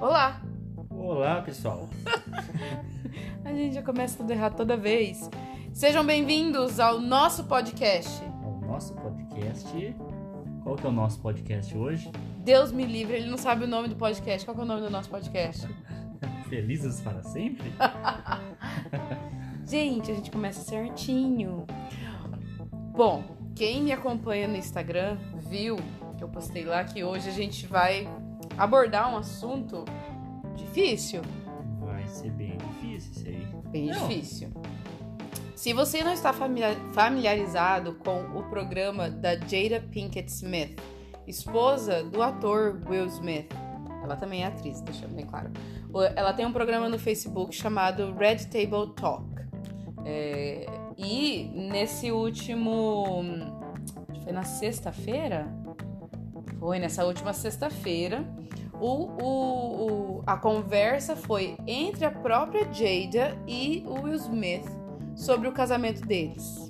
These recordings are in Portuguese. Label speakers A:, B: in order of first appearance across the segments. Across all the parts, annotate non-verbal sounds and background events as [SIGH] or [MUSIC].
A: Olá!
B: Olá, pessoal.
A: A gente já começa tudo errado toda vez. Sejam bem-vindos ao nosso podcast.
B: É O nosso podcast. Qual que é o nosso podcast hoje?
A: Deus me livre, ele não sabe o nome do podcast. Qual que é o nome do nosso podcast?
B: Felizes
A: [LAUGHS]
B: para sempre?
A: Gente, a gente começa certinho. Bom, quem me acompanha no Instagram viu que eu postei lá que hoje a gente vai abordar um assunto difícil.
B: Vai ser bem difícil isso aí.
A: Bem
B: Não.
A: É difícil. Se você não está familia- familiarizado com o programa da Jada Pinkett Smith, esposa do ator Will Smith, ela também é atriz, deixando bem claro. O- Ela tem um programa no Facebook chamado Red Table Talk. É, e nesse último. Foi na sexta-feira? Foi nessa última sexta-feira. O- o- o- a conversa foi entre a própria Jada e o Will Smith sobre o casamento deles.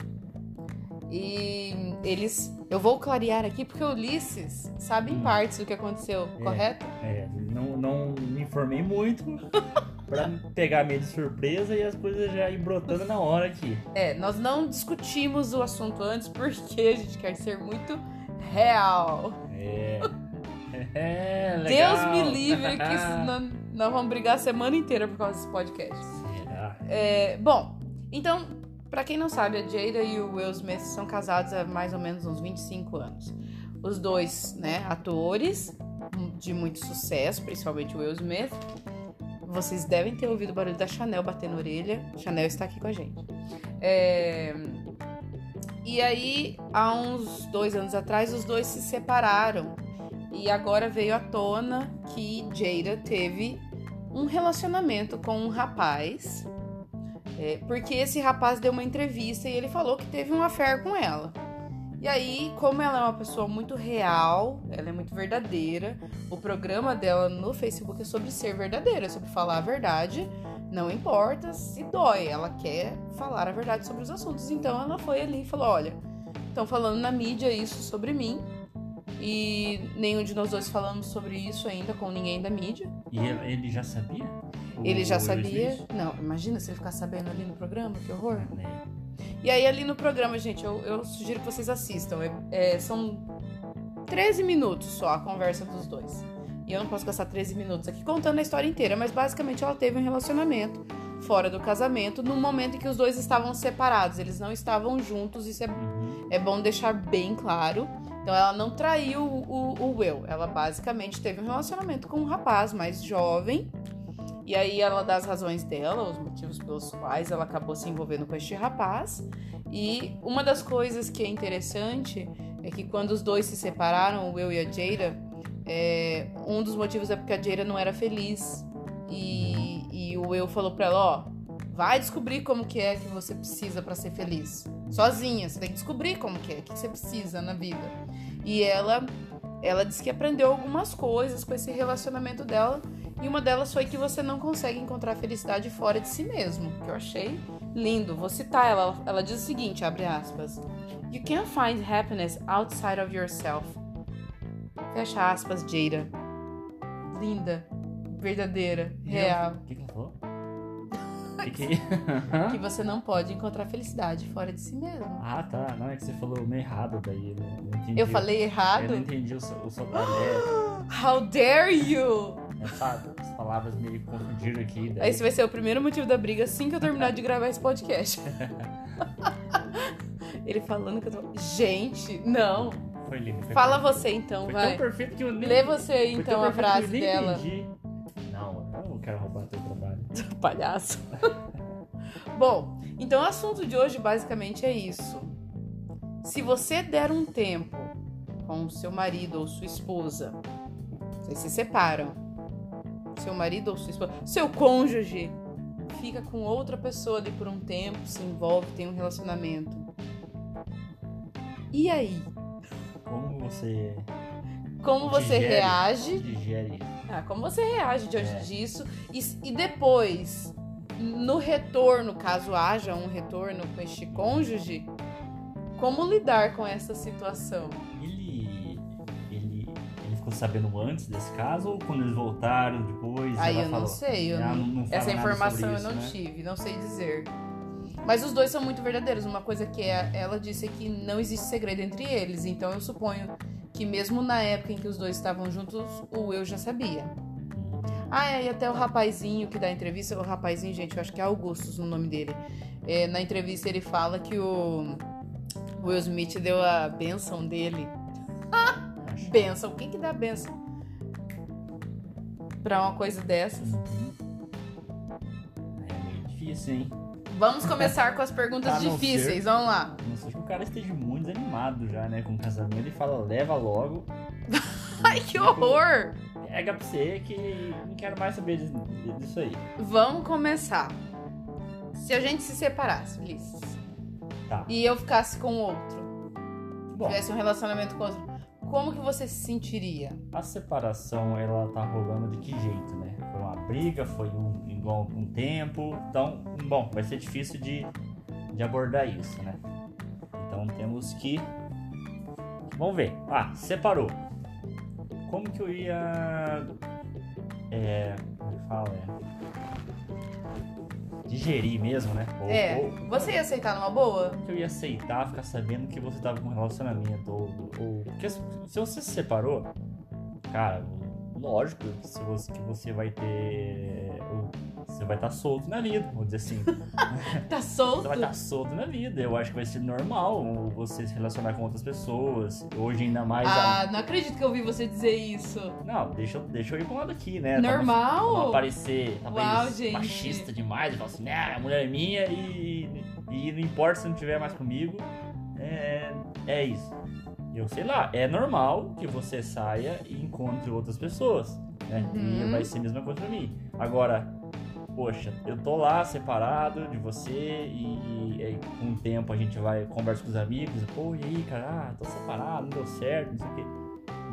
A: E eles. Eu vou clarear aqui porque o Ulisses sabe em
B: Hum.
A: partes do que aconteceu,
B: É.
A: correto?
B: É, não, não me informei
A: [LAUGHS]
B: muito pra pegar meio de surpresa e as coisas já ir brotando na hora aqui.
A: É, nós não discutimos o assunto antes porque a gente quer ser muito real.
B: É. [LAUGHS] É, legal.
A: Deus me livre que isso não, nós vamos brigar a semana inteira por causa desse podcast.
B: Será?
A: É, bom, então, pra quem não sabe, a Jada e o Will Smith são casados há mais ou menos uns 25 anos. Os dois, né, atores de muito sucesso, principalmente o Will Smith. Vocês devem ter ouvido o barulho da Chanel batendo a orelha. Chanel está aqui com a gente. É, E aí, há uns dois anos atrás, os dois se separaram. E agora veio à tona que Jada teve um relacionamento com um rapaz é, porque esse rapaz deu uma entrevista e ele falou que teve um affair com ela. E aí, como ela é uma pessoa muito real, ela é muito verdadeira, o programa dela no Facebook é sobre ser verdadeira, é sobre falar a verdade, não importa se dói, ela quer falar a verdade sobre os assuntos. Então ela foi ali e falou: olha, estão falando na mídia isso sobre mim. E nenhum de nós dois falamos sobre isso ainda com ninguém da mídia.
B: E ele- ele já sabia? O-
A: Ele já
B: o Will
A: sabia.
B: Smith?
A: Não, imagina se ele ficar sabendo ali no programa, que horror.
B: Né?
A: E aí ali no programa, gente, eu, eu sugiro que vocês assistam. É- é, são 13 minutos só a conversa dos dois. E eu não posso gastar 13 minutos aqui contando a história inteira, mas basicamente ela teve um relacionamento fora do casamento, no momento em que os dois estavam separados. Eles não estavam juntos, isso é
B: Uhum.
A: é bom deixar bem claro. Então ela não traiu o, o Will. Ela basicamente teve um relacionamento com um rapaz mais jovem. E aí ela dá as razões dela, os motivos pelos quais ela acabou se envolvendo com este rapaz. E uma das coisas que é interessante é que quando os dois se separaram, o Will e a Jada, é, um dos motivos é porque a Jada não era feliz. E, e o Will falou pra ela, ó, vai descobrir como que é que você precisa pra ser feliz sozinha. Você tem que descobrir como que é, o que que você precisa na vida. E ela, ela disse que aprendeu algumas coisas com esse relacionamento dela. E uma delas foi que você não consegue encontrar felicidade fora de si mesmo. Que eu achei lindo. Vou citar ela. Ela- Ela diz o seguinte, abre aspas. You can't find happiness outside of yourself. Fecha aspas, Jada. Linda. Verdadeira.
B: E ela-
A: Real.
B: O que que ela
A: [LAUGHS]
B: falou? O que que- [LAUGHS]
A: Que você não pode encontrar felicidade fora de si mesmo.
B: Ah, tá. Não, é que você falou meio errado daí. Eu não entendi.
A: Eu falei
B: Eu não
A: errado?
B: entendi o, so- o sotaque. É,
A: How dare you!
B: é, fato, as palavras meio confundiram aqui. Daí.
A: Esse vai ser o primeiro motivo da briga assim que eu terminar de gravar esse
B: [LAUGHS]
A: podcast. Ele falando que eu tô. Gente, não!
B: Foi lindo. Foi
A: Fala
B: perfeito.
A: você então,
B: Foi
A: vai.
B: tão perfeito que eu nem...
A: Lê você aí,
B: foi
A: então
B: tão
A: a
B: perfeito que
A: frase
B: eu nem
A: dela.
B: entendi. Não, eu não quero roubar teu trabalho.
A: Palhaço. [LAUGHS] Bom, então o assunto de hoje basicamente é isso. Se você der um tempo com o seu marido ou sua esposa, vocês se separam. Seu marido ou sua esposa, seu cônjuge fica com outra pessoa ali por um tempo, se envolve, tem um relacionamento. E aí?
B: Como você
A: Como você
B: Digere.
A: reage?
B: digere isso?
A: Ah, como você reage diante
B: É.
A: disso? E, e depois, no retorno, caso haja um retorno com este cônjuge, como lidar com essa situação?
B: Ele... Ele... Ele ficou ficou sabendo antes desse caso ou quando eles voltaram depois?
A: Aí
B: ela
A: eu não
B: falou?
A: sei, eu
B: Ela
A: não-
B: não, não fala
A: essa
B: nada sobre
A: informação
B: isso,
A: eu não
B: né?
A: tive, não sei dizer. Mas os dois são muito verdadeiros. Uma coisa que é- ela disse é que não existe segredo entre eles. Então eu suponho que mesmo na época em que os dois estavam juntos, o eu já sabia.
B: Hum,
A: Ah, é, e até o rapazinho que dá a entrevista, o rapazinho, gente, eu acho que é Augustus no nome dele. É, na entrevista ele fala que o o Will Smith deu a benção dele.
B: Acho.
A: Benção, quem que dá benção? Pra uma coisa dessas.
B: Uhum. É meio difícil, hein?
A: Vamos começar com as perguntas
B: [LAUGHS] A não
A: difíceis, vamos lá.
B: Nossa, acho que o cara esteja muito desanimado já, né? Com o casamento. Ele fala, leva logo.
A: Ai, que horror!
B: Pega pra você que não quero mais saber disso- disso aí.
A: Vamos começar. Se a gente se separasse, Liz,
B: Tá.
A: e eu ficasse com outro,
B: Bom,
A: tivesse um relacionamento com outro, como que você se sentiria?
B: a separação, ela tá rolando de que jeito, né? Foi uma briga, foi um, igual um tempo. Então, bom, vai ser difícil de, de abordar isso, né? Então temos que... Vamos ver. Ah, separou. Como que eu ia... É... Como que fala? É... Digerir mesmo, né? Ou-
A: É,
B: ou-
A: você ia aceitar numa boa?
B: que eu ia aceitar ficar sabendo que você tava com um relacionamento ou, ou- porque se se você se separou, cara, lógico que se você, que você vai ter ou você vai estar solto na vida, vamos dizer
A: [LAUGHS]
B: assim.
A: Tá
B: Você
A: solto?
B: vai estar solto na vida. Eu acho que vai ser normal você se relacionar com outras pessoas. Hoje ainda mais a-
A: Ah, não acredito que eu ouvi você dizer isso.
B: Não, deixa, eu- deixa eu ir pro lado aqui, né? Talvez- não
A: Normal?
B: aparecer talvez
A: Uau, gente.
B: machista demais e falar assim, ah, a mulher é minha e, e não importa se não tiver mais comigo. É, é isso. Eu sei lá, é normal que você saia e encontre outras pessoas. Né?
A: Uhum.
B: E vai ser a mesma coisa pra mim. Agora, poxa, eu tô lá separado de você e, e- e com o tempo a gente vai conversa com os amigos, pô, e aí, cara, ah, tô separado, não deu certo, não sei o quê.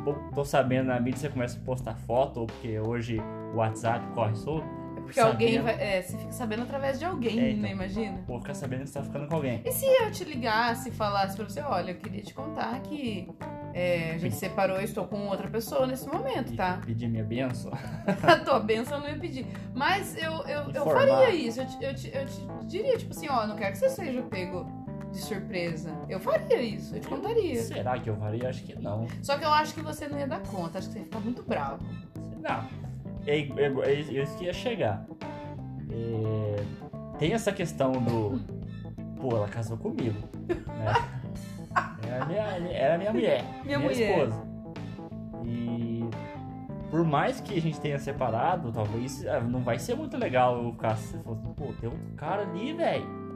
B: Pô, Tô sabendo na mídia você começa a postar foto, ou porque hoje o WhatsApp corre solto.
A: É porque alguém
B: sabendo.
A: vai. É, você fica sabendo através de alguém,
B: É, então.
A: né? Imagina.
B: Pô, ficar sabendo que você tá ficando com alguém.
A: E se eu te ligasse e falasse pra você, olha, eu queria te contar que é, a gente separou, eu estou com outra pessoa nesse momento,
B: E
A: tá?
B: Pedir minha benção.
A: [LAUGHS] A tua benção eu não ia pedir. Mas eu, eu, eu
B: Informar.
A: faria isso. Eu te, eu, te, eu te diria, tipo assim, ó, não quero que você seja pego de surpresa. Eu faria isso, eu te contaria.
B: Será que eu faria? Acho que não.
A: Só que eu acho que você não ia dar conta, acho que você ia ficar muito bravo.
B: Não. É, igu- é, igu- é isso- é isso que ia chegar. É, tem essa questão do. Pô, ela casou comigo. Né? Era minha, era minha mulher.
A: [LAUGHS] Minha mulher.
B: esposa. E. Por mais que a gente tenha separado, talvez ah, não vai ser muito legal eu ficar se fosse, pô, tem outro cara ali, velho.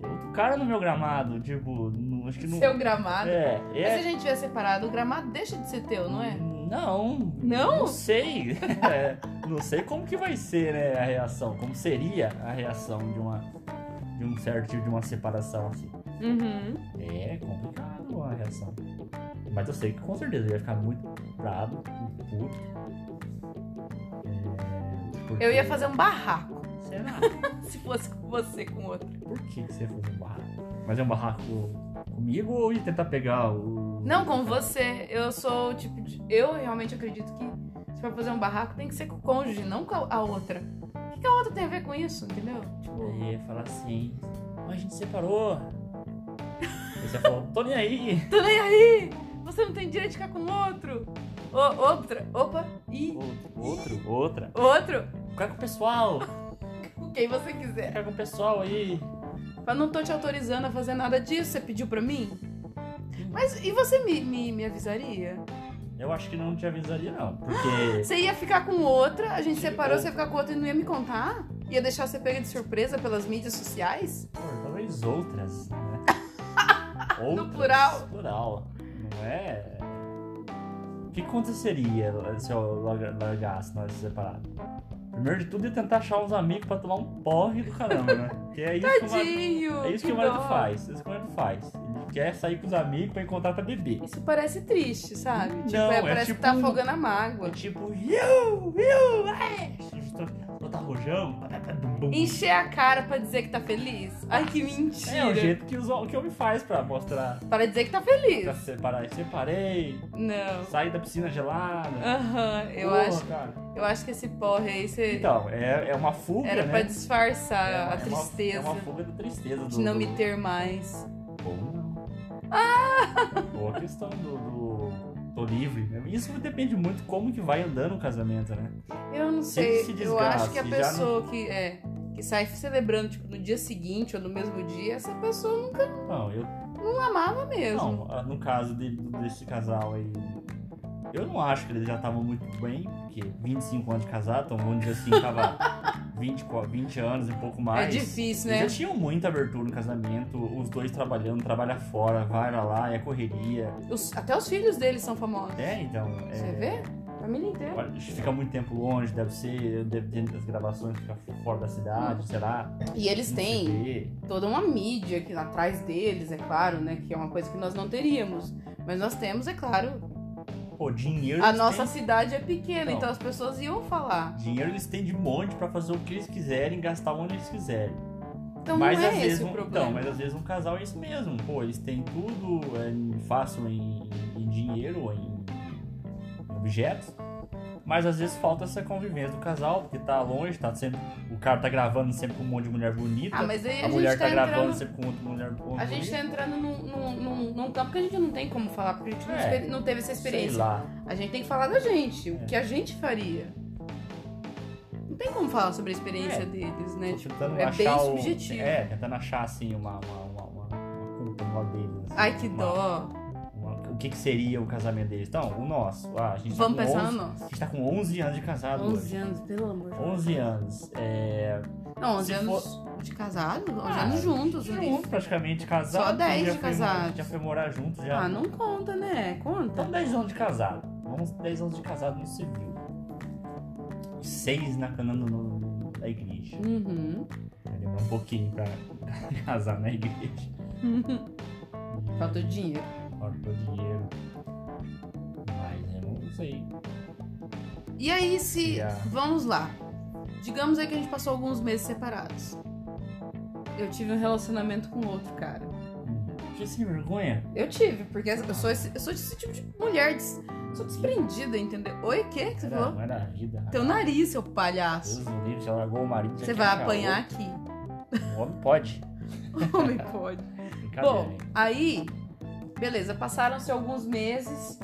B: Tem outro cara no meu gramado, tipo, não- acho que não.
A: Seu gramado.
B: É, é.
A: Mas se a gente tiver separado, o gramado deixa de ser teu, não é?
B: Não.
A: Não?
B: sei. [LAUGHS] É, não sei como que vai ser, né, a reação. Como seria a reação de uma de um certo tipo de uma separação assim.
A: Uhum.
B: É complicado a reação. Mas eu sei que com certeza eu ia ficar muito bravo, muito puto. É, porque-
A: Eu ia fazer um barraco [LAUGHS]
B: Será?
A: se fosse com você com outro.
B: Por que que você ia fazer um barraco? Mas é um barraco comigo ou ia tentar pegar o.
A: Não com você. Eu sou o tipo de. Eu realmente acredito que se for fazer um barraco tem que ser com o cônjuge, não com a outra. O que, que a outra tem a ver com isso, entendeu? Tipo,
B: E ia falar assim, mas a gente separou. Aí você falou, tô nem aí.
A: tô nem aí! Você não tem direito de ficar com outro! Ô, outra! Opa! E
B: Outro, outro, outra.
A: outro!
B: Ficar com o pessoal,
A: Com quem você quiser.
B: ficar com o pessoal aí.
A: Eu não tô te autorizando a fazer nada disso, você pediu pra mim? Mas e você me, me, me avisaria?
B: Eu acho que não te avisaria não, porque...
A: [LAUGHS] Você ia ficar com outra, a gente
B: Sim,
A: separou,
B: ou-
A: você ia ficar com outra e não ia me contar? Ia deixar você pega de surpresa pelas mídias sociais?
B: Pô, talvez outras, né? Outras,
A: plural.
B: Plural, não é? O que aconteceria se eu larga- largasse nós separados? Primeiro de tudo, ia tentar achar uns amigos pra tomar um porre do caramba, né? Que é isso que eu
A: Tadinho!
B: É isso que, o
A: dó.
B: marido faz. É isso que o marido faz. Ele quer sair com os amigos pra encontrar pra beber.
A: Isso parece triste, sabe?
B: Não,
A: tipo, é,
B: é
A: parece
B: tipo
A: que tá
B: um-
A: afogando a
B: É
A: mágoa.
B: tipo, eu, eu, é. Só tá chão.
A: Encher a cara pra dizer que tá feliz. Ai, que mentira.
B: É o jeito que, os, que o homem faz pra mostrar.
A: Para dizer que tá feliz.
B: Pra separar. Separei,
A: Não.
B: saí da piscina gelada.
A: Aham, Ah, eu,
B: Porra,
A: acho,
B: cara.
A: eu acho que esse porre aí você
B: Então, é, é uma fuga,
A: era
B: né?
A: pra disfarçar
B: É uma-
A: a
B: é uma-
A: tristeza
B: É uma, fuga da tristeza. Do,
A: de não me
B: do-
A: ter mais.
B: Ou não.
A: Ah!
B: Ou a questão do, do- Tô livre. né? Isso depende muito como que vai andando o casamento, né?
A: Eu não sei,
B: Se- se
A: eu acho que a
B: desgaste, já
A: pessoa que é que sai celebrando tipo, no dia seguinte ou no mesmo dia, essa pessoa nunca
B: Não, eu.
A: não amava mesmo. É
B: Não, ah, no caso de- desse casal aí. Eu não acho que eles já estavam muito bem, porque 25 anos de casado, então vamos dizer assim, tava
A: [LAUGHS]
B: 20, co- 20 anos e pouco mais.
A: é difícil, né?
B: Eles já tinham muita abertura no casamento, os dois trabalhando, trabalha fora, vai lá, lá, é correria.
A: Os- até os filhos deles são famosos.
B: É, então. é-
A: Você vê? Família inteira.
B: Olha, Fica muito tempo longe, deve ser, deve ter as gravações fica fora da cidade, será?
A: E Hum. eles
B: Não
A: têm
B: se vê.
A: toda uma mídia que atrás deles, é claro, né? Que é uma coisa que nós não teríamos. Mas nós temos, é claro.
B: Pô, dinheiro
A: A
B: eles
A: nossa cidade é pequena,
B: Não.
A: então as pessoas iam falar.
B: têm. Dinheiro eles têm de monte pra fazer o que eles quiserem, gastar onde eles quiserem.
A: Então
B: mas
A: não
B: às
A: é
B: vezes
A: esse o
B: um-
A: problema.
B: Então, mas às vezes um casal é isso mesmo. Pô, eles têm tudo é, fácil em, em dinheiro, em, em objetos. Mas às vezes falta essa convivência do casal, porque tá longe, tá sempre. O cara tá gravando sempre com um monte de mulher bonita.
A: Ah, mas aí a,
B: a
A: gente
B: mulher
A: tá
B: tá, gravando
A: entrando.
B: sempre com outra mulher bonita.
A: A gente tá entrando num, num, num, num campo que a gente não tem como falar, porque a gente não,
B: É.
A: exper- não teve essa
B: Sei
A: experiência.
B: lá.
A: A gente tem que falar da gente, o
B: É.
A: que a gente faria. Não tem como falar sobre a experiência
B: É.
A: deles, né?
B: Tô
A: Tipo,
B: tentando
A: é
B: achar
A: bem
B: o-
A: subjetivo.
B: É, tentando achar assim uma, uma, uma, uma, uma culpa uma deles. assim,
A: ai, que
B: uma-
A: dó.
B: uma- o que, que seria o casamento deles? Então, o nosso. Ah, a gente
A: Vamos
B: tá com
A: pensar
B: 11,
A: no
B: A
A: nosso.
B: gente tá com 11 anos de casado
A: 11
B: hoje.
A: anos, pelo amor de Deus.
B: 11 anos. É,
A: Não, 11
B: Se
A: anos de casado? 11
B: Ah,
A: anos juntos, né?
B: junto, praticamente casado.
A: Só 10
B: já
A: de
B: foi-
A: casado.
B: Já foi morar junto, já.
A: Ah, não conta, né? Conta.
B: Então, 10 anos de casado. Vamos 10 anos de casado no civil. 6 na, na, no- no- na igreja.
A: Uhum.
B: Vai Demorar um pouquinho pra [LAUGHS] casar na igreja.
A: [LAUGHS] Falta dinheiro.
B: Faltou dinheiro. Mas né, eu não sei.
A: E aí, se.
B: E a-
A: Vamos lá. Digamos aí que a gente passou alguns meses separados. Eu tive um relacionamento com outro cara.
B: Você Hum, sem vergonha?
A: Eu tive, porque eu sou esse, eu sou esse tipo de mulher. Des, sou desprendida, entendeu? Oi, o que que você
B: Era,
A: falou? Então,
B: não era a vida.
A: Teu nariz, seu palhaço.
B: Deus do livro, já largou o marido. já
A: Você
B: quer
A: vai
B: achar
A: apanhar aqui.
B: outro. O homem pode.
A: [LAUGHS] Homem, pode.
B: Brincadeira,
A: Bom,
B: hein?
A: aí, beleza, passaram-se alguns meses.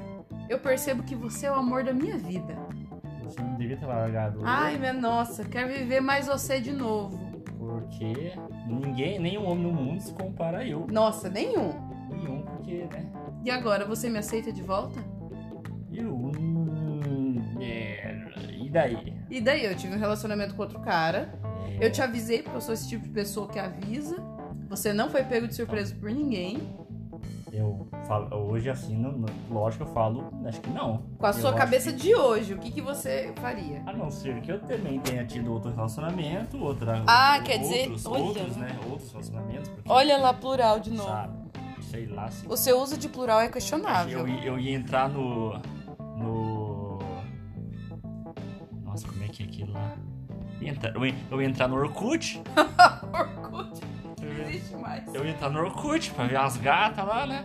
A: Eu percebo que você é o amor da minha vida.
B: Você não devia ter largado ele,
A: Ai, minha nossa, quero viver mais você de novo.
B: Porque ninguém, nenhum homem no mundo se compara a eu.
A: Nossa, nenhum.
B: Nenhum, porque, né?
A: E agora, você me aceita de volta?
B: Eu. hum, é, E daí?
A: E daí, eu tive um relacionamento com outro cara.
B: É,
A: Eu te avisei, porque eu sou esse tipo de pessoa que avisa. Você não foi pego de surpresa por ninguém.
B: eu falo, hoje assim, não- não- lógico, eu falo, acho que não.
A: Com a
B: Eu
A: sua
B: acho
A: cabeça
B: que-
A: de hoje, o que, que você faria?
B: A não ser que eu também tenha tido outro relacionamento, outra.
A: Ah,
B: ou-
A: quer dizer,
B: outros,
A: olha.
B: Outros, né? Outros relacionamentos. Porque,
A: lá, plural de
B: Sabe? Sei lá se.
A: O seu uso de plural é questionável.
B: Eu, ia- eu ia entrar no. No. Nossa, como é que é aquilo lá? Ia entrar- Eu ia, eu ia entrar no Orkut.
A: [LAUGHS] Orkut não existe mais.
B: Eu ia entrar no Orkut pra ver as gatas lá, né?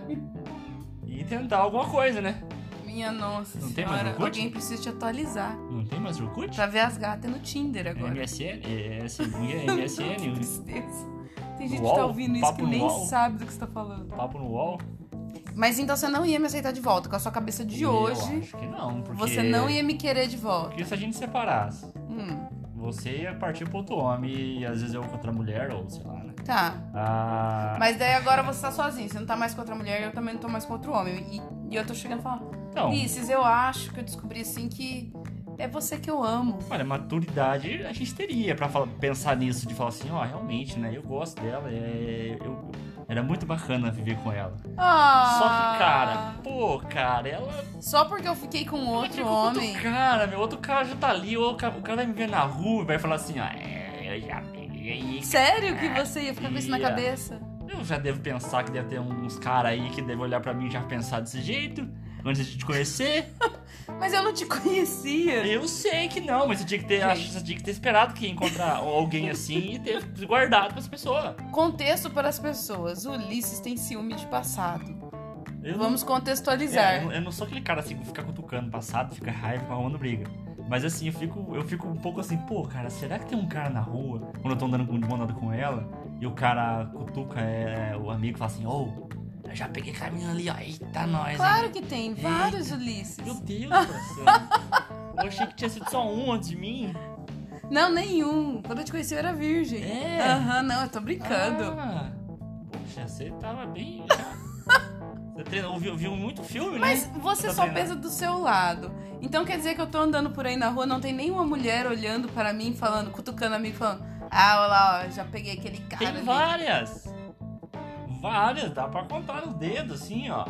B: E tentar alguma coisa, né?
A: Minha nossa
B: Não tem mais
A: senhora,
B: Orkut?
A: alguém precisa te atualizar.
B: Não tem mais Orkut?
A: Pra ver as gatas é no Tinder agora.
B: MSN? É, assim, não ia
A: [LAUGHS]
B: MSN.
A: Tristeza. Tem gente que
B: Uau,
A: tá ouvindo isso que
B: papo
A: nem
B: uau.
A: sabe do que você tá falando.
B: Papo no UOL?
A: Mas então você não ia me aceitar de volta com a sua cabeça de
B: Eu
A: hoje.
B: acho que não, porque.
A: Você não ia me querer de volta.
B: Porque se a gente separasse,
A: Hum,
B: você ia partir pro outro homem e às vezes eu contra a mulher, ou sei lá, né?
A: tá.
B: Ah.
A: Mas daí agora você tá sozinho. Você não tá mais com outra mulher e eu também não tô mais com outro homem. E, e eu tô chegando e falando:
B: Então,
A: Isis, eu acho que eu descobri assim que é você que eu amo.
B: olha, maturidade a gente teria pra falar- pensar nisso, de falar assim, ó, realmente, né? Eu gosto dela, é, eu- era muito bacana viver com ela. Só
A: Ah,
B: que, cara, pô, cara, ela.
A: Só porque eu fiquei com outro
B: ela com
A: homem.
B: Outro cara, meu, outro cara já tá ali, ou o cara, o cara vai me ver na rua e vai falar assim, ó, é, eu já peguei.
A: Sério que você ia ficar com isso na
B: Ia.
A: cabeça?
B: Eu eu já devo pensar que deve ter uns caras aí que devem olhar pra mim e já pensar desse jeito. Antes de te conhecer,
A: Mas eu não te [LAUGHS] conhecia.
B: eu sei que não, mas você tinha que ter, acho, você tinha que ter esperado que ia encontrar alguém assim e ter guardado pra essa pessoa.
A: Contexto para as pessoas. Ulisses tem ciúme de passado.
B: Eu não-
A: Vamos
B: É, eu,
A: contextualizar.
B: não- eu não sou aquele cara assim que fica cutucando passado, fica raiva, fica arrumando briga. Mas assim, eu fico, eu fico um pouco assim, pô, cara, será que tem um cara na rua, quando eu tô andando com- de mão dada com ela, e o cara cutuca é, o amigo e fala assim, ô, eu já peguei aquela menina ali, ó, eita, nós. hein?"
A: Claro que
B: é.
A: tem vários
B: Meu
A: Ulisses.
B: Deus, parceiro. Eu achei que tinha sido só um antes de mim.
A: Não, nenhum. Quando eu te conheci eu era virgem.
B: É.
A: Aham, não, eu tô brincando.
B: Ah, poxa, você tava bem. né?
A: [LAUGHS]
B: Você treinou, viu, viu muito filme,
A: Mas
B: né?
A: você
B: Tá
A: só
B: bem, né?
A: pensa do seu lado. Então quer dizer que eu tô andando por aí na rua, não tem nenhuma mulher olhando para mim, falando, cutucando a mim, falando: Ah, olha lá, ó, já peguei aquele cara.
B: Tem
A: ali."
B: várias. Várias, dá pra contar nos dedos, assim, ó.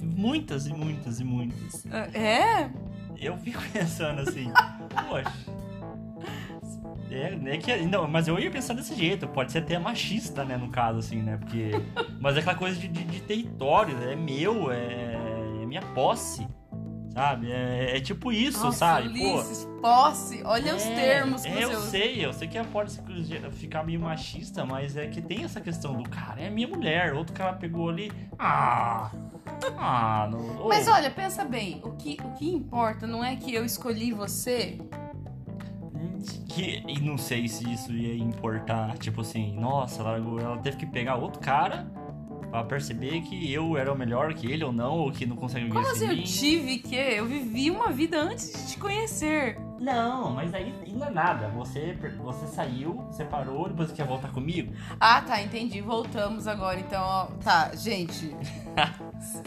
B: Muitas e muitas e muitas.
A: É?
B: Eu fico [LAUGHS] pensando assim, poxa. É, né, que, não, mas eu ia pensar desse jeito, pode ser até machista, né, no caso, assim, né? Porque. Mas é aquela coisa de, de- de território, é meu, é, é minha posse. Sabe? É, é tipo isso,
A: Nossa,
B: sabe? Pô,
A: Ulisses, posse. Olha os
B: é,
A: termos que
B: é,
A: você
B: eu
A: usa.
B: sei, eu sei que pode se cruze- ficar meio machista, mas é que tem essa questão do cara, é minha mulher, outro cara pegou ali, ah, ah, não, ô,
A: Mas olha, pensa bem, o que, o que importa não é que eu escolhi você.
B: que, e não sei se isso ia importar, tipo assim, nossa, largou, ela teve que pegar outro cara pra perceber que eu era o melhor que ele ou não, ou que não consegue viver
A: Como assim
B: sem
A: eu
B: mim.
A: tive que? Eu vivi uma vida antes de te conhecer.
B: Não, mas aí não é nada, você, você saiu, separou, depois quer voltar comigo?
A: Ah, tá, entendi. Voltamos agora, então, ó. Tá,
B: [LAUGHS]
A: gente.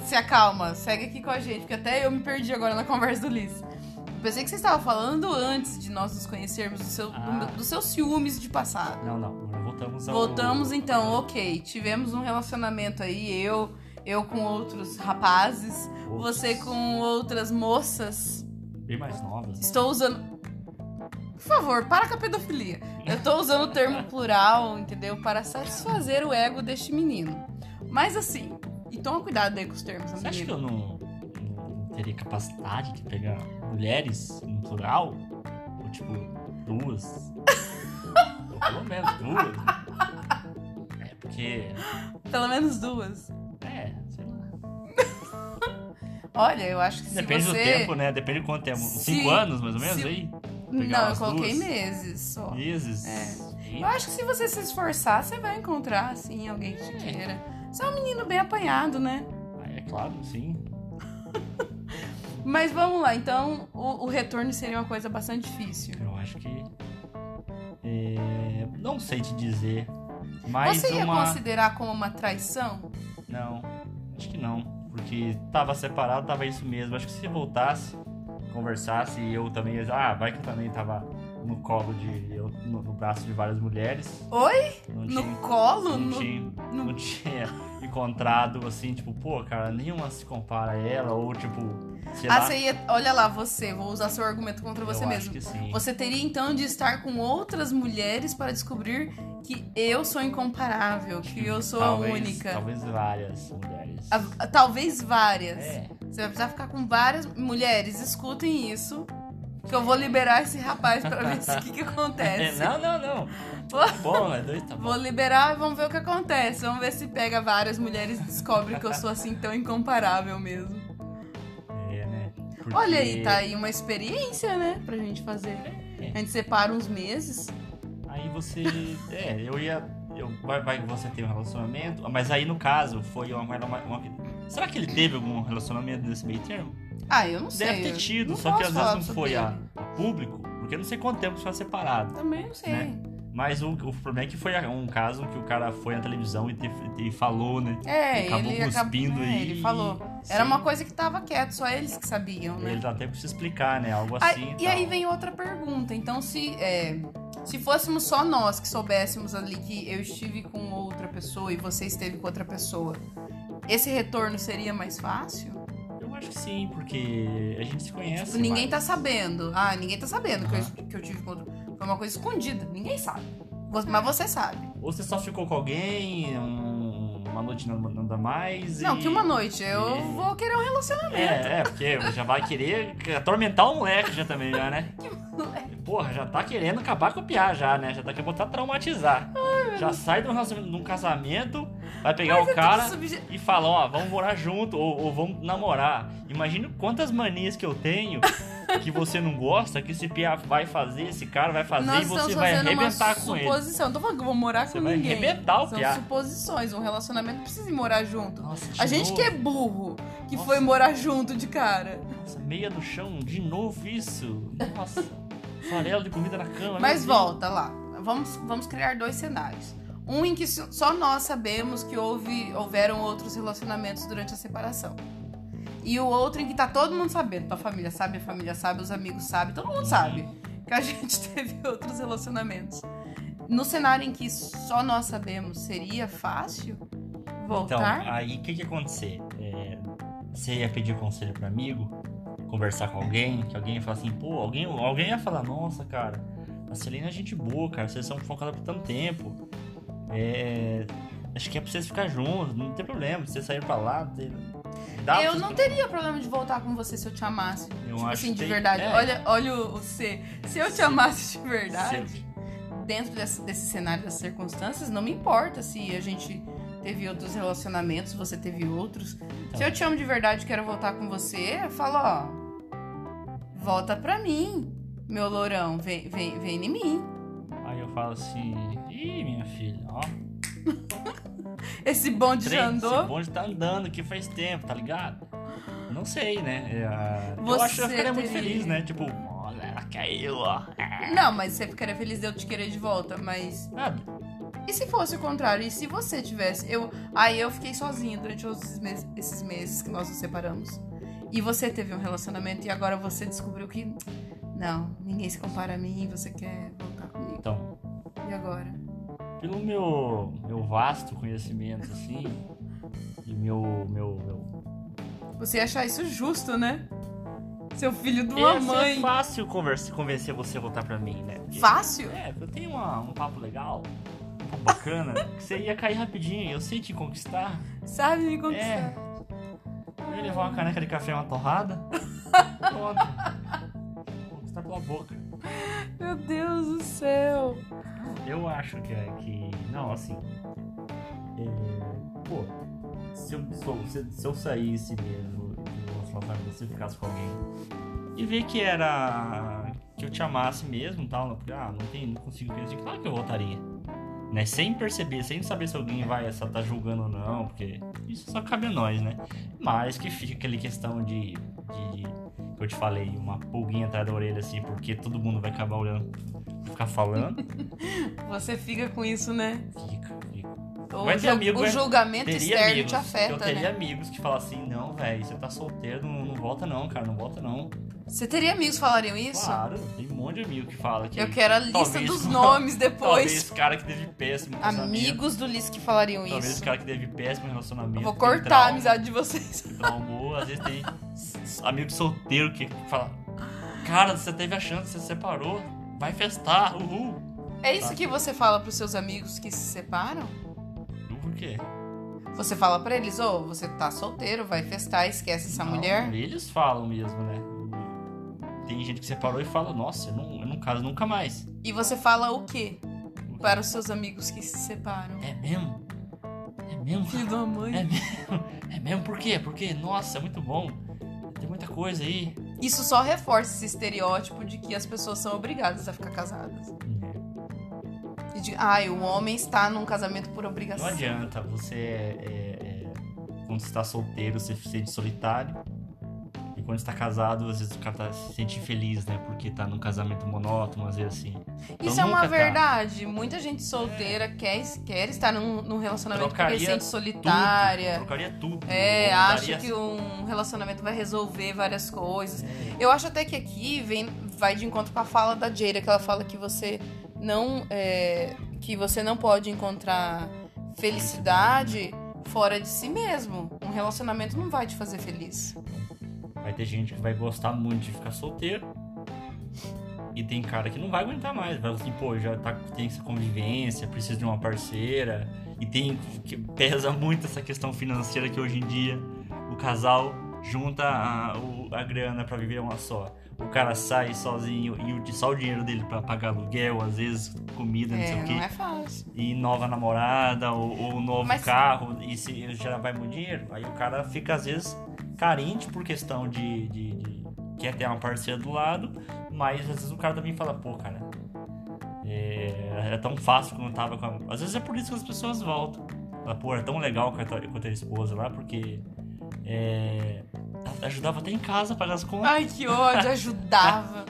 A: se acalma, segue aqui com a gente, porque até eu me perdi agora na conversa do Liz. Eu Pensei que você estava falando antes de nós nos conhecermos dos seus
B: Ah.
A: do seus ciúmes de passado.
B: Não, não, voltamos ao...
A: Voltamos então, ok. Tivemos um relacionamento aí, eu, eu com outros rapazes,
B: Outros.
A: você com outras moças.
B: Bem mais novas. né?
A: Estou usando. Por favor, para com a pedofilia. Eu estou usando o termo plural, entendeu? Para satisfazer o ego deste menino. Mas assim, e toma cuidado aí com os termos, né,
B: Você acha que
A: amigo.
B: eu não, não teria capacidade de pegar mulheres no plural? Ou tipo, duas? Ou pelo menos duas? É porque.
A: Pelo menos duas.
B: É, sei lá.
A: Olha, eu acho que se
B: Depende
A: você.
B: do tempo, né? Depende de quanto tempo. Uns
A: Se-
B: Cinco anos, mais ou menos,
A: se-
B: aí? Pegar
A: Não, eu
B: umas
A: coloquei
B: duas.
A: meses só.
B: Meses.
A: É. Eu acho que se você se esforçar, você vai encontrar, assim, alguém que te queira. Você é um menino bem apanhado, né?
B: Ah, É claro, sim.
A: Mas vamos lá, então o, o retorno seria uma coisa bastante difícil.
B: Eu acho que. é, Não sei te dizer. Mas
A: você ia
B: uma.
A: considerar como uma traição?
B: Não, acho que não. Porque tava separado, tava isso mesmo. Acho que se voltasse, conversasse e eu também. ia- Ah, vai que eu também tava no colo de. Eu, no, no braço de várias mulheres.
A: Oi?
B: Não
A: No
B: tinha.
A: colo?
B: Não
A: No-
B: tinha,
A: no-
B: não tinha encontrado assim, tipo, pô, cara, nenhuma se compara a ela, ou tipo, sei
A: Ah,
B: lá.
A: você ia. Olha lá, você, vou usar seu argumento contra
B: eu
A: você
B: acho
A: mesmo.
B: que sim.
A: Você teria então de estar com outras mulheres para descobrir que eu sou incomparável, que eu sou
B: Talvez-
A: a única.
B: Talvez várias mulheres.
A: Ah, Talvez várias.
B: É.
A: Você vai precisar ficar com várias mulheres. Escutem isso. Que eu vou liberar esse rapaz pra ver se- o
B: [LAUGHS]
A: que, que
B: É,
A: acontece.
B: não, não, não. Tá bom, né? Dois tá bom.
A: Vou liberar e vamos ver o que acontece. Vamos ver se pega várias mulheres e descobre que eu sou assim tão incomparável mesmo.
B: É, né?
A: Olha aí,
B: Porque-
A: tá aí uma experiência, né? Pra gente fazer. A gente separa uns meses.
B: Aí você. é, eu ia. Eu, vai, vai que você tem um relacionamento. Mas aí no caso foi uma, uma, uma- Será que ele teve algum relacionamento nesse meio termo?
A: Ah, eu não sei.
B: Deve ter
A: eu
B: tido,
A: não
B: só que
A: posso
B: às
A: falar
B: vezes não
A: sobre
B: foi a,
A: ele.
B: a público, porque eu não sei quanto tempo foi separado.
A: Também não sei.
B: né? Mas o, o problema é que foi um caso que o cara foi na televisão e, te- e falou, né?
A: É,
B: Acabou
A: ele
B: cuspindo
A: acabou. é,
B: e.
A: Ele falou. Era uma coisa que tava quieto, só eles que sabiam, né?
B: Ele dá tempo de se explicar, né? Algo
A: Ah,
B: assim.
A: e
B: tal.
A: aí vem outra pergunta. Então, se, é, se fôssemos só nós que soubéssemos ali que eu estive com outra pessoa e você esteve com outra pessoa, esse retorno seria mais fácil?
B: Eu acho que sim, porque a gente se conhece.
A: Tipo, ninguém tá
B: mas-
A: sabendo. Ah, ninguém tá sabendo que,
B: Aham.
A: eu, que eu tive com outra. Foi uma coisa escondida, ninguém sabe. Vo- Mas você sabe.
B: Ou você só ficou com alguém, um, uma noite não anda mais.
A: Não,
B: e-
A: que uma noite. Eu
B: E-
A: vou querer um relacionamento.
B: É, é, porque já vai querer atormentar o moleque já também,
A: [LAUGHS]
B: já, né? Porra, já tá querendo acabar com o piá já, né? Já tá querendo botar traumatizar. já sai de um, relacionamento- de um casamento, vai pegar é o cara
A: é Tudo subje-
B: e fala, ó, vamos morar junto ou, ou vamos namorar. Imagina quantas manias que eu tenho
A: [LAUGHS]
B: que você não gosta, que esse piá vai fazer, esse cara vai fazer
A: Nós
B: e
A: estamos
B: você vai
A: fazendo uma
B: arrebentar com ele.
A: suposição. Não tô falando que eu vou morar
B: Você
A: com
B: vai
A: ninguém.
B: arrebentar o
A: São
B: piá.
A: suposições. Um relacionamento precisa ir morar junto.
B: Nossa,
A: A
B: de
A: gente
B: novo.
A: que é burro, que
B: Nossa.
A: foi morar junto de cara.
B: Nossa, meia no chão, de novo isso. Nossa, [LAUGHS] farelo de comida na cama. né?
A: Mas
B: meu Deus.
A: volta lá. Vamos, vamos criar dois cenários. Um em que so- só nós sabemos que houve, houveram outros relacionamentos durante a separação. E o outro em que tá todo mundo sabendo. Tua família sabe, a família sabe, os amigos sabem, todo mundo sabe que a [LAUGHS] gente teve outros relacionamentos. No cenário em que só nós sabemos, seria fácil voltar?
B: Então, aí o que que ia acontecer? É, você ia pedir conselho pra amigo, conversar com alguém, que alguém ia falar assim, pô, alguém, alguém ia falar, nossa, cara, a Celina é gente boa, cara, vocês são focados por tanto tempo. É, acho que é pra vocês ficarem juntos, não tem problema, vocês saíram pra lá, não tem- dá pra
A: eu
B: vocês-
A: não teria problema de voltar com você se eu te amasse.
B: Eu
A: tipo
B: acho
A: assim,
B: que
A: de
B: tem-
A: verdade.
B: é.
A: Olha, olha o, o C. Se eu te
B: Se-
A: amasse de verdade,
B: Você-
A: dentro desse, desse cenário das circunstâncias, não me importa se a gente teve outros relacionamentos, você teve outros. Se eu te amo de verdade e quero voltar com você, eu falo, ó, volta pra mim, meu lourão, vem, vem, vem em mim.
B: Aí eu falo assim, ih, minha filha, ó,
A: Esse bonde
B: trem,
A: já
B: esse
A: andou.
B: bonde tá andando aqui faz tempo, tá ligado? Não sei, né? É, ah, eu
A: Você
B: acho que eu ficaria muito
A: teria-
B: feliz, né? Tipo, olha, ela caiu, ó.
A: Não, mas você ficaria feliz de eu te querer de volta, mas.
B: Ah,
A: E se fosse o contrário? E se você tivesse? Eu, aí eu fiquei sozinha durante todos esses meses, esses meses que nós nos separamos. E você teve um relacionamento e agora você descobriu que não, ninguém se compara a mim, você quer voltar comigo.
B: então,
A: E agora?
B: pelo meu, meu vasto conhecimento, assim, e meu. meu, meu...
A: Você ia achar isso justo, né? Seu filho de
B: Ia
A: uma
B: ser
A: mãe.
B: é fácil conversa, convencer você a voltar pra mim, né? Porque-
A: Fácil?
B: É, eu tenho uma- um papo legal, um papo bacana, que você ia cair rapidinho, eu sei te conquistar. É,
A: Sabe me conquistar.
B: Eu ia levar uma caneca de café e uma torrada. Pronto. Conquistar pela boca.
A: Meu Deus do céu.
B: Eu acho que é que. Não, assim. é, Pô, se eu, sou- se, se eu saísse mesmo e fosse lá pra você ficasse com alguém e ver que era. que eu te amasse mesmo e tal, né? porque ah, não, tem, não consigo pensar, claro que eu voltaria. Né? Sem perceber, sem saber se alguém vai só tá julgando ou não, porque isso só cabe a nós, né? Mas que fica aquela questão de. de que eu te falei, uma pulguinha atrás da orelha, assim, porque todo mundo vai acabar olhando, ficar falando.
A: Você fica com isso, né?
B: Fica, fica.
A: O,
B: Vai ter
A: ju-
B: amigo,
A: o
B: né?
A: julgamento externo É te
B: eu
A: afeta,
B: teria
A: né?
B: amigos que falam assim, não, velho, você tá solteiro, não, não volta não, cara, não volta não.
A: Você teria amigos que falariam isso?
B: Claro, tem um monte de amigo que fala que...
A: Eu quero a lista
B: [LAUGHS] Talvez-
A: dos nomes
B: Talvez
A: depois.
B: cara que teve péssimo casamento.
A: Amigos do Liz que falariam
B: Talvez
A: isso.
B: cara que teve péssimo relacionamento.
A: Eu vou
B: que
A: cortar a
B: trauma,
A: amizade de vocês.
B: [LAUGHS] que Traumou, às vezes tem s- s- amigo solteiro que fala, cara, você teve a chance, você separou, vai festar, uhul.
A: É
B: Tá.
A: isso que você fala pros seus amigos que se separam?
B: Não, Por quê?
A: Você fala pra eles, ô, você tá solteiro, vai festar, esquece essa
B: Não,
A: mulher.
B: Eles falam mesmo, né? Tem gente que separou e fala, nossa, eu não, eu não caso nunca mais.
A: E você fala o quê para os seus amigos que se separam?
B: É mesmo? É mesmo?
A: Filho da
B: É
A: mãe.
B: mesmo? É mesmo? Por quê? Porque, nossa, é muito bom. Tem muita coisa aí.
A: Isso só reforça esse estereótipo de que as pessoas são obrigadas a ficar casadas. E de, ai, o homem está num casamento por
B: Não
A: obrigação.
B: adianta, você é, é- é- Quando você tá solteiro, você se sente solitário. E quando você tá casado, às vezes o cara tá- se sente feliz, né? Porque tá num casamento monótono, às vezes assim. Então
A: Isso é uma
B: nunca tá.
A: verdade. Muita gente solteira quer, quer estar num, num relacionamento porque
B: Trocaria
A: se sente
B: Tudo,
A: solitária.
B: trocaria assim. tudo.
A: É,
B: voltaria
A: acha que um relacionamento vai resolver várias coisas.
B: É.
A: Eu acho até que aqui vem, vai de encontro com a fala da Jada, que ela fala que você não é, que você não pode encontrar felicidade fora de si mesmo. Um relacionamento não vai te fazer feliz.
B: Vai ter gente que vai gostar muito de ficar solteiro. E tem cara que não vai aguentar mais. Vai falar assim, pô, já tá, tem essa convivência, precisa de uma parceira. E tem que pesa muito essa questão financeira que hoje em dia o casal junta a, o- a grana pra viver uma só. O cara sai sozinho e o, só o dinheiro dele pra pagar aluguel, às vezes comida, não sei
A: É,
B: o quê.
A: não é fácil.
B: E nova namorada ou, ou novo
A: Mas-
B: carro e se ele já vai muito dinheiro. Aí o cara fica, às vezes, carente por questão de, de- de- quer ter uma parceira do lado, mas às vezes o cara também fala, pô, cara. É, é tão fácil quando tava com a... Às vezes é por isso que as pessoas voltam. Fala, pô, era tão legal com a, tua- com a tua esposa lá, porque é, ajudava até em casa a pagar as contas.
A: Ai, que ódio, ajudava.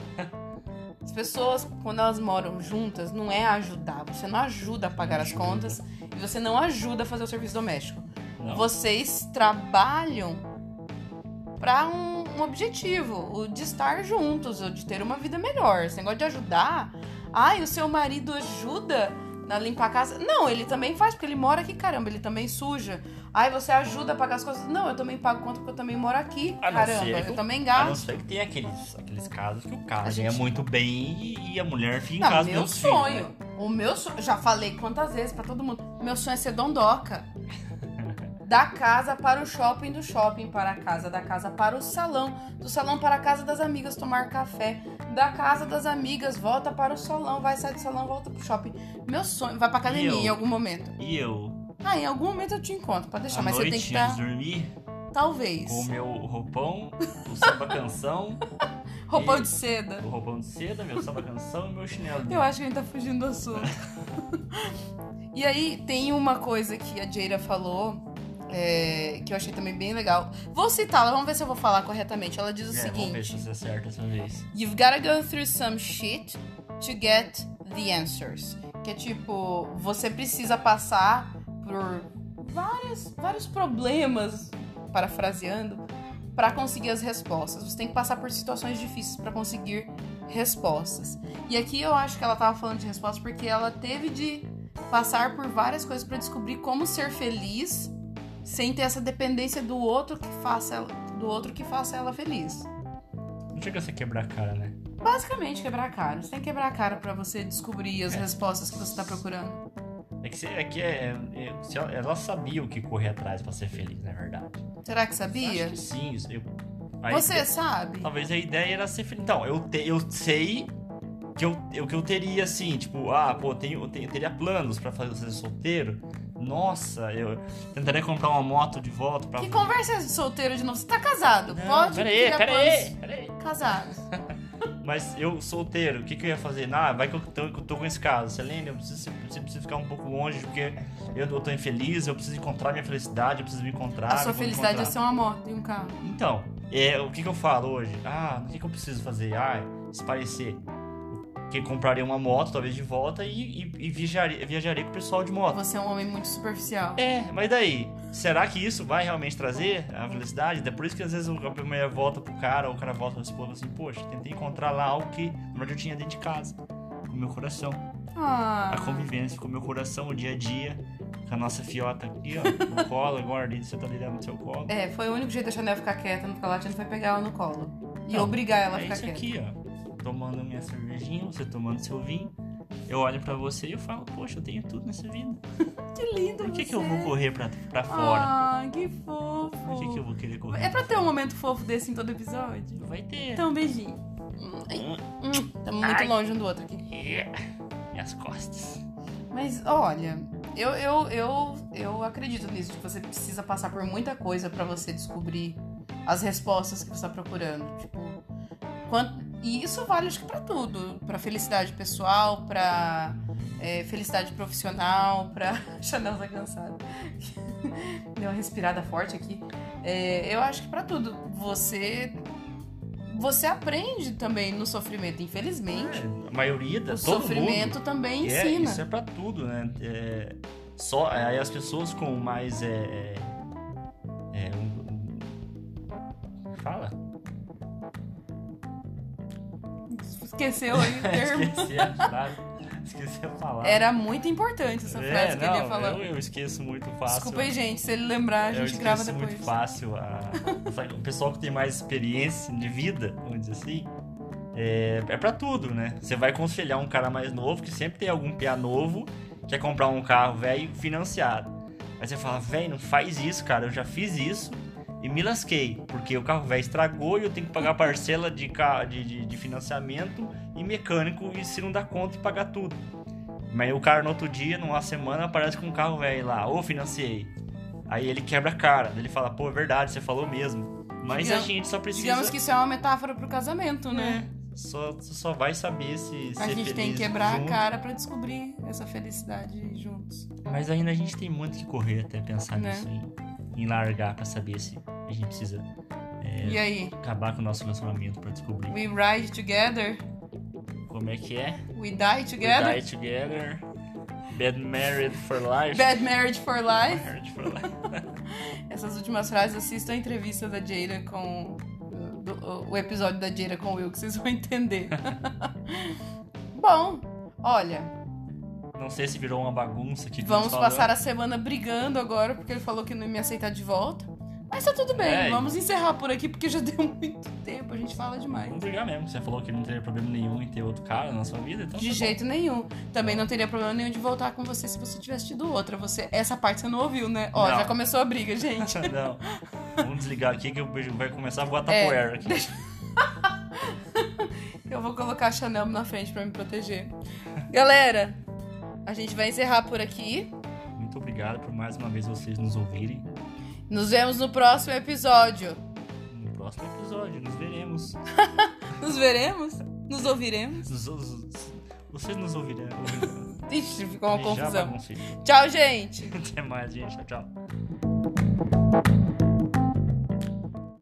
A: As pessoas, quando elas moram juntas, não é ajudar. Você não ajuda a pagar as
B: Ajuda.
A: contas e você não ajuda a fazer o serviço doméstico.
B: Não.
A: Vocês trabalham pra um, um objetivo, o de estar juntos, o de ter uma vida melhor. Esse negócio de ajudar. Ai, o seu marido ajuda na limpar a casa. Não, ele também faz, porque ele mora aqui, caramba, ele também suja. Ai, você ajuda a pagar as coisas. Não, eu também pago conta porque eu também moro aqui.
B: A Ah, não
A: Caramba,
B: ser que
A: eu
B: o-
A: também
B: A não
A: gasto.
B: ser que tem aqueles, aqueles casos que o cara
A: A
B: ganha
A: gente-
B: muito bem e, e a mulher fica em
A: Não,
B: casa
A: meu
B: dos filhos,
A: sonho.
B: né?
A: O meu sonho. Já falei quantas vezes pra todo mundo. Meu sonho é ser dondoca. Da casa para o shopping, do shopping para a casa, da casa para o salão, do salão para a casa das amigas tomar café, da casa das amigas volta para o salão, vai sair do salão, volta pro shopping. Meu sonho, vai pra academia
B: E eu?
A: em algum momento.
B: E eu,
A: Ah, em algum momento eu te encontro, pode deixar,
B: à
A: mas
B: noite,
A: você tem que tá estar.
B: antes de dormir,
A: Talvez.
B: com o meu roupão, o samba canção,
A: Roupão
B: e-
A: de seda.
B: o roupão de seda, meu samba canção e meu chinelo. É,
A: Eu acho que a gente tá fugindo do assunto. [LAUGHS] e aí, tem uma coisa que a Jaira falou, é, que eu achei também bem legal. Vou citá-la, vamos ver se eu vou falar corretamente. Ela diz o
B: é, Vamos ver
A: seguinte:
B: se você acerta essa vez.
A: You've gotta go through some shit to get the answers. Que é tipo, você precisa passar por várias, vários problemas, parafraseando, pra conseguir as respostas. Você tem que passar por situações difíceis pra conseguir respostas. E aqui eu acho que ela tava falando de respostas porque ela teve de passar por várias coisas pra descobrir como ser feliz sem ter essa dependência do outro que faça ela, do outro que faça ela feliz.
B: Não chega a você quebrar a cara, né?
A: Basicamente quebrar a cara. Você tem que quebrar a cara pra você descobrir as respostas que você tá procurando.
B: É que, você, é, que é, é- se ela, ela sabia o que correr atrás pra ser feliz, na verdade.
A: Será que
B: Acho
A: sabia?
B: que sim. tá isso- Eu, a
A: Você
B: ideia-
A: sabe?
B: Talvez a ideia era ser feliz. Então, eu, te- eu sei que eu, eu, que eu teria, assim, tipo, ah, pô, tenho, eu tenho- eu teria planos pra fazer ser solteiro. Nossa, eu tentaria comprar uma moto de volta pra.
A: Que conversa de solteiro de novo? Você tá casado?
B: Não,
A: Pode
B: peraí,
A: criar
B: peraí,
A: planos
B: peraí.
A: Casados.
B: Mas eu solteiro, o que, que eu ia fazer? Ah, vai que eu tô, que eu tô com esse caso. Selene, eu preciso, você precisa ficar um pouco longe porque eu, eu tô infeliz, eu preciso encontrar minha felicidade, eu preciso me encontrar.
A: a sua
B: eu vou
A: felicidade
B: encontrar.
A: é ser uma moto e um carro.
B: Então, é, o que, que eu falo hoje? Ah, o que, que eu preciso fazer? Ah, se parecer. Que compraria uma moto, talvez de volta, e, e, e viajaria, viajaria com o pessoal de moto.
A: Você é um homem muito superficial.
B: É, mas daí? Será que isso vai realmente trazer a felicidade? É por isso que às vezes a primeira volta pro cara, ou o cara volta pra esposa assim, poxa, tentei encontrar lá algo que na verdade eu tinha dentro de casa. Com o meu coração.
A: Ah,
B: A convivência com o meu coração, o dia a dia, com a nossa fiota aqui, ó, no colo, [LAUGHS] agora, você tá deitada no seu colo.
A: é, foi o único jeito de deixar a Nel ficar quieta, não ficar latindo, foi pegar ela no colo. E
B: Não,
A: obrigar ela a
B: é
A: ficar
B: isso
A: quieta.
B: aqui, ó. Tomando minha cervejinha, você tomando seu vinho. Eu olho pra você e eu falo, poxa, eu tenho tudo nessa vida.
A: Que lindo
B: Por
A: você.
B: que, que eu vou correr pra, pra fora?
A: Ah, que fofo.
B: Por que, que eu vou querer correr?
A: É pra ter um momento fofo desse em todo episódio?
B: Vai ter.
A: Então, beijinho. Hum, ai, hum, Tamo muito
B: Ai.
A: longe um do outro aqui.
B: Yeah. Minhas costas.
A: Mas olha, eu, eu, eu, eu acredito nisso, que você precisa passar por muita coisa pra você descobrir as respostas que você tá procurando. Tipo, quan- e isso vale acho que pra tudo. Pra felicidade pessoal, pra é, felicidade profissional, pra. [LAUGHS] Chanel tá cansada. [LAUGHS] Deu uma respirada forte aqui. É, eu acho que pra tudo. Você. Você aprende também no sofrimento, infelizmente.
B: É, a maioria da
A: O
B: todo
A: sofrimento
B: mundo.
A: também
B: É,
A: ensina.
B: isso é pra tudo, né? É, só, aí as pessoas com mais. É, é, é, um- um- Fala?
A: Esqueceu aí
B: [LAUGHS]
A: o termo.
B: É, Esqueci a frase. Esqueci a palavra.
A: Era muito importante essa frase que ele ia falar.
B: Eu, eu esqueço É, muito fácil. É,
A: Desculpa aí, gente, se ele lembrar, a
B: eu
A: gente
B: esqueço
A: grava
B: muito
A: depois.
B: fácil. a- o pessoal que tem mais experiência de vida, vamos dizer assim, é, é pra tudo, né? Você vai aconselhar um cara mais novo, que sempre tem algum piá novo, quer comprar um carro velho financiado. Aí você fala, velho, não faz isso, cara. Eu já fiz isso e me lasquei, porque o carro velho estragou e eu tenho que pagar parcela de, ca- de, de, de financiamento e mecânico e se não dá conta e pagar tudo. Mas o cara no outro dia, numa semana, aparece com um carro velho lá, ou financiei. Aí ele quebra a cara, daí ele fala, pô, é verdade, você falou mesmo. Mas
A: Digamos-
B: a gente só precisa.
A: Digamos que isso é uma metáfora pro casamento, né?
B: Só, você só vai saber se
A: A
B: ser
A: gente tem
B: feliz
A: que quebrar
B: junto.
A: a cara pra descobrir essa felicidade juntos.
B: Mas ainda a gente tem muito que correr até pensar
A: Né?
B: nisso em, em largar pra saber se a gente precisa É.
A: E aí?
B: acabar com o nosso relacionamento pra descobrir
A: We ride together,
B: como é que é.
A: we die
B: We
A: together,
B: die together. Bad married for life.
A: bad marriage for life.
B: married for life.
A: Essas últimas frases, assistam a entrevista da Jada com. do- o episódio da Jada com o Will, que vocês vão entender. [LAUGHS] Bom, olha,
B: Não sei se virou uma bagunça aqui. que
A: Vamos
B: nós
A: passar
B: falamos.
A: a semana brigando agora, porque ele falou que não ia me aceitar de volta. Mas tá tudo bem,
B: É,
A: vamos encerrar por aqui, porque já [LAUGHS] deu muito tempo, a gente fala demais.
B: Vamos brigar mesmo. Você falou que não teria problema nenhum em ter outro cara na sua vida, então.
A: De
B: tá
A: jeito nenhum. Também não teria problema nenhum de voltar com você se você tivesse tido outra. Você, essa parte você não ouviu, né? Ó,
B: Não.
A: já começou a briga,
B: bom. [LAUGHS]
A: gente.
B: [LAUGHS] Não. Vamos desligar aqui que o beijo vai começar a voar
A: É,
B: tapoeira aqui.
A: Eu vou colocar a Chanel na frente pra me proteger. Galera, a gente vai encerrar por aqui.
B: Muito obrigado por mais uma vez vocês nos ouvirem.
A: Nos vemos no próximo episódio.
B: No próximo episódio, nos veremos.
A: Nos veremos? Nos ouviremos?
B: Nos- os- os- Vocês nos ouvirão. ouvirão.
A: Ixi, ficou uma
B: Já [LAUGHS]
A: confusão.
B: baguncei.
A: Tchau, gente!
B: Até mais, gente. Tchau, tchau.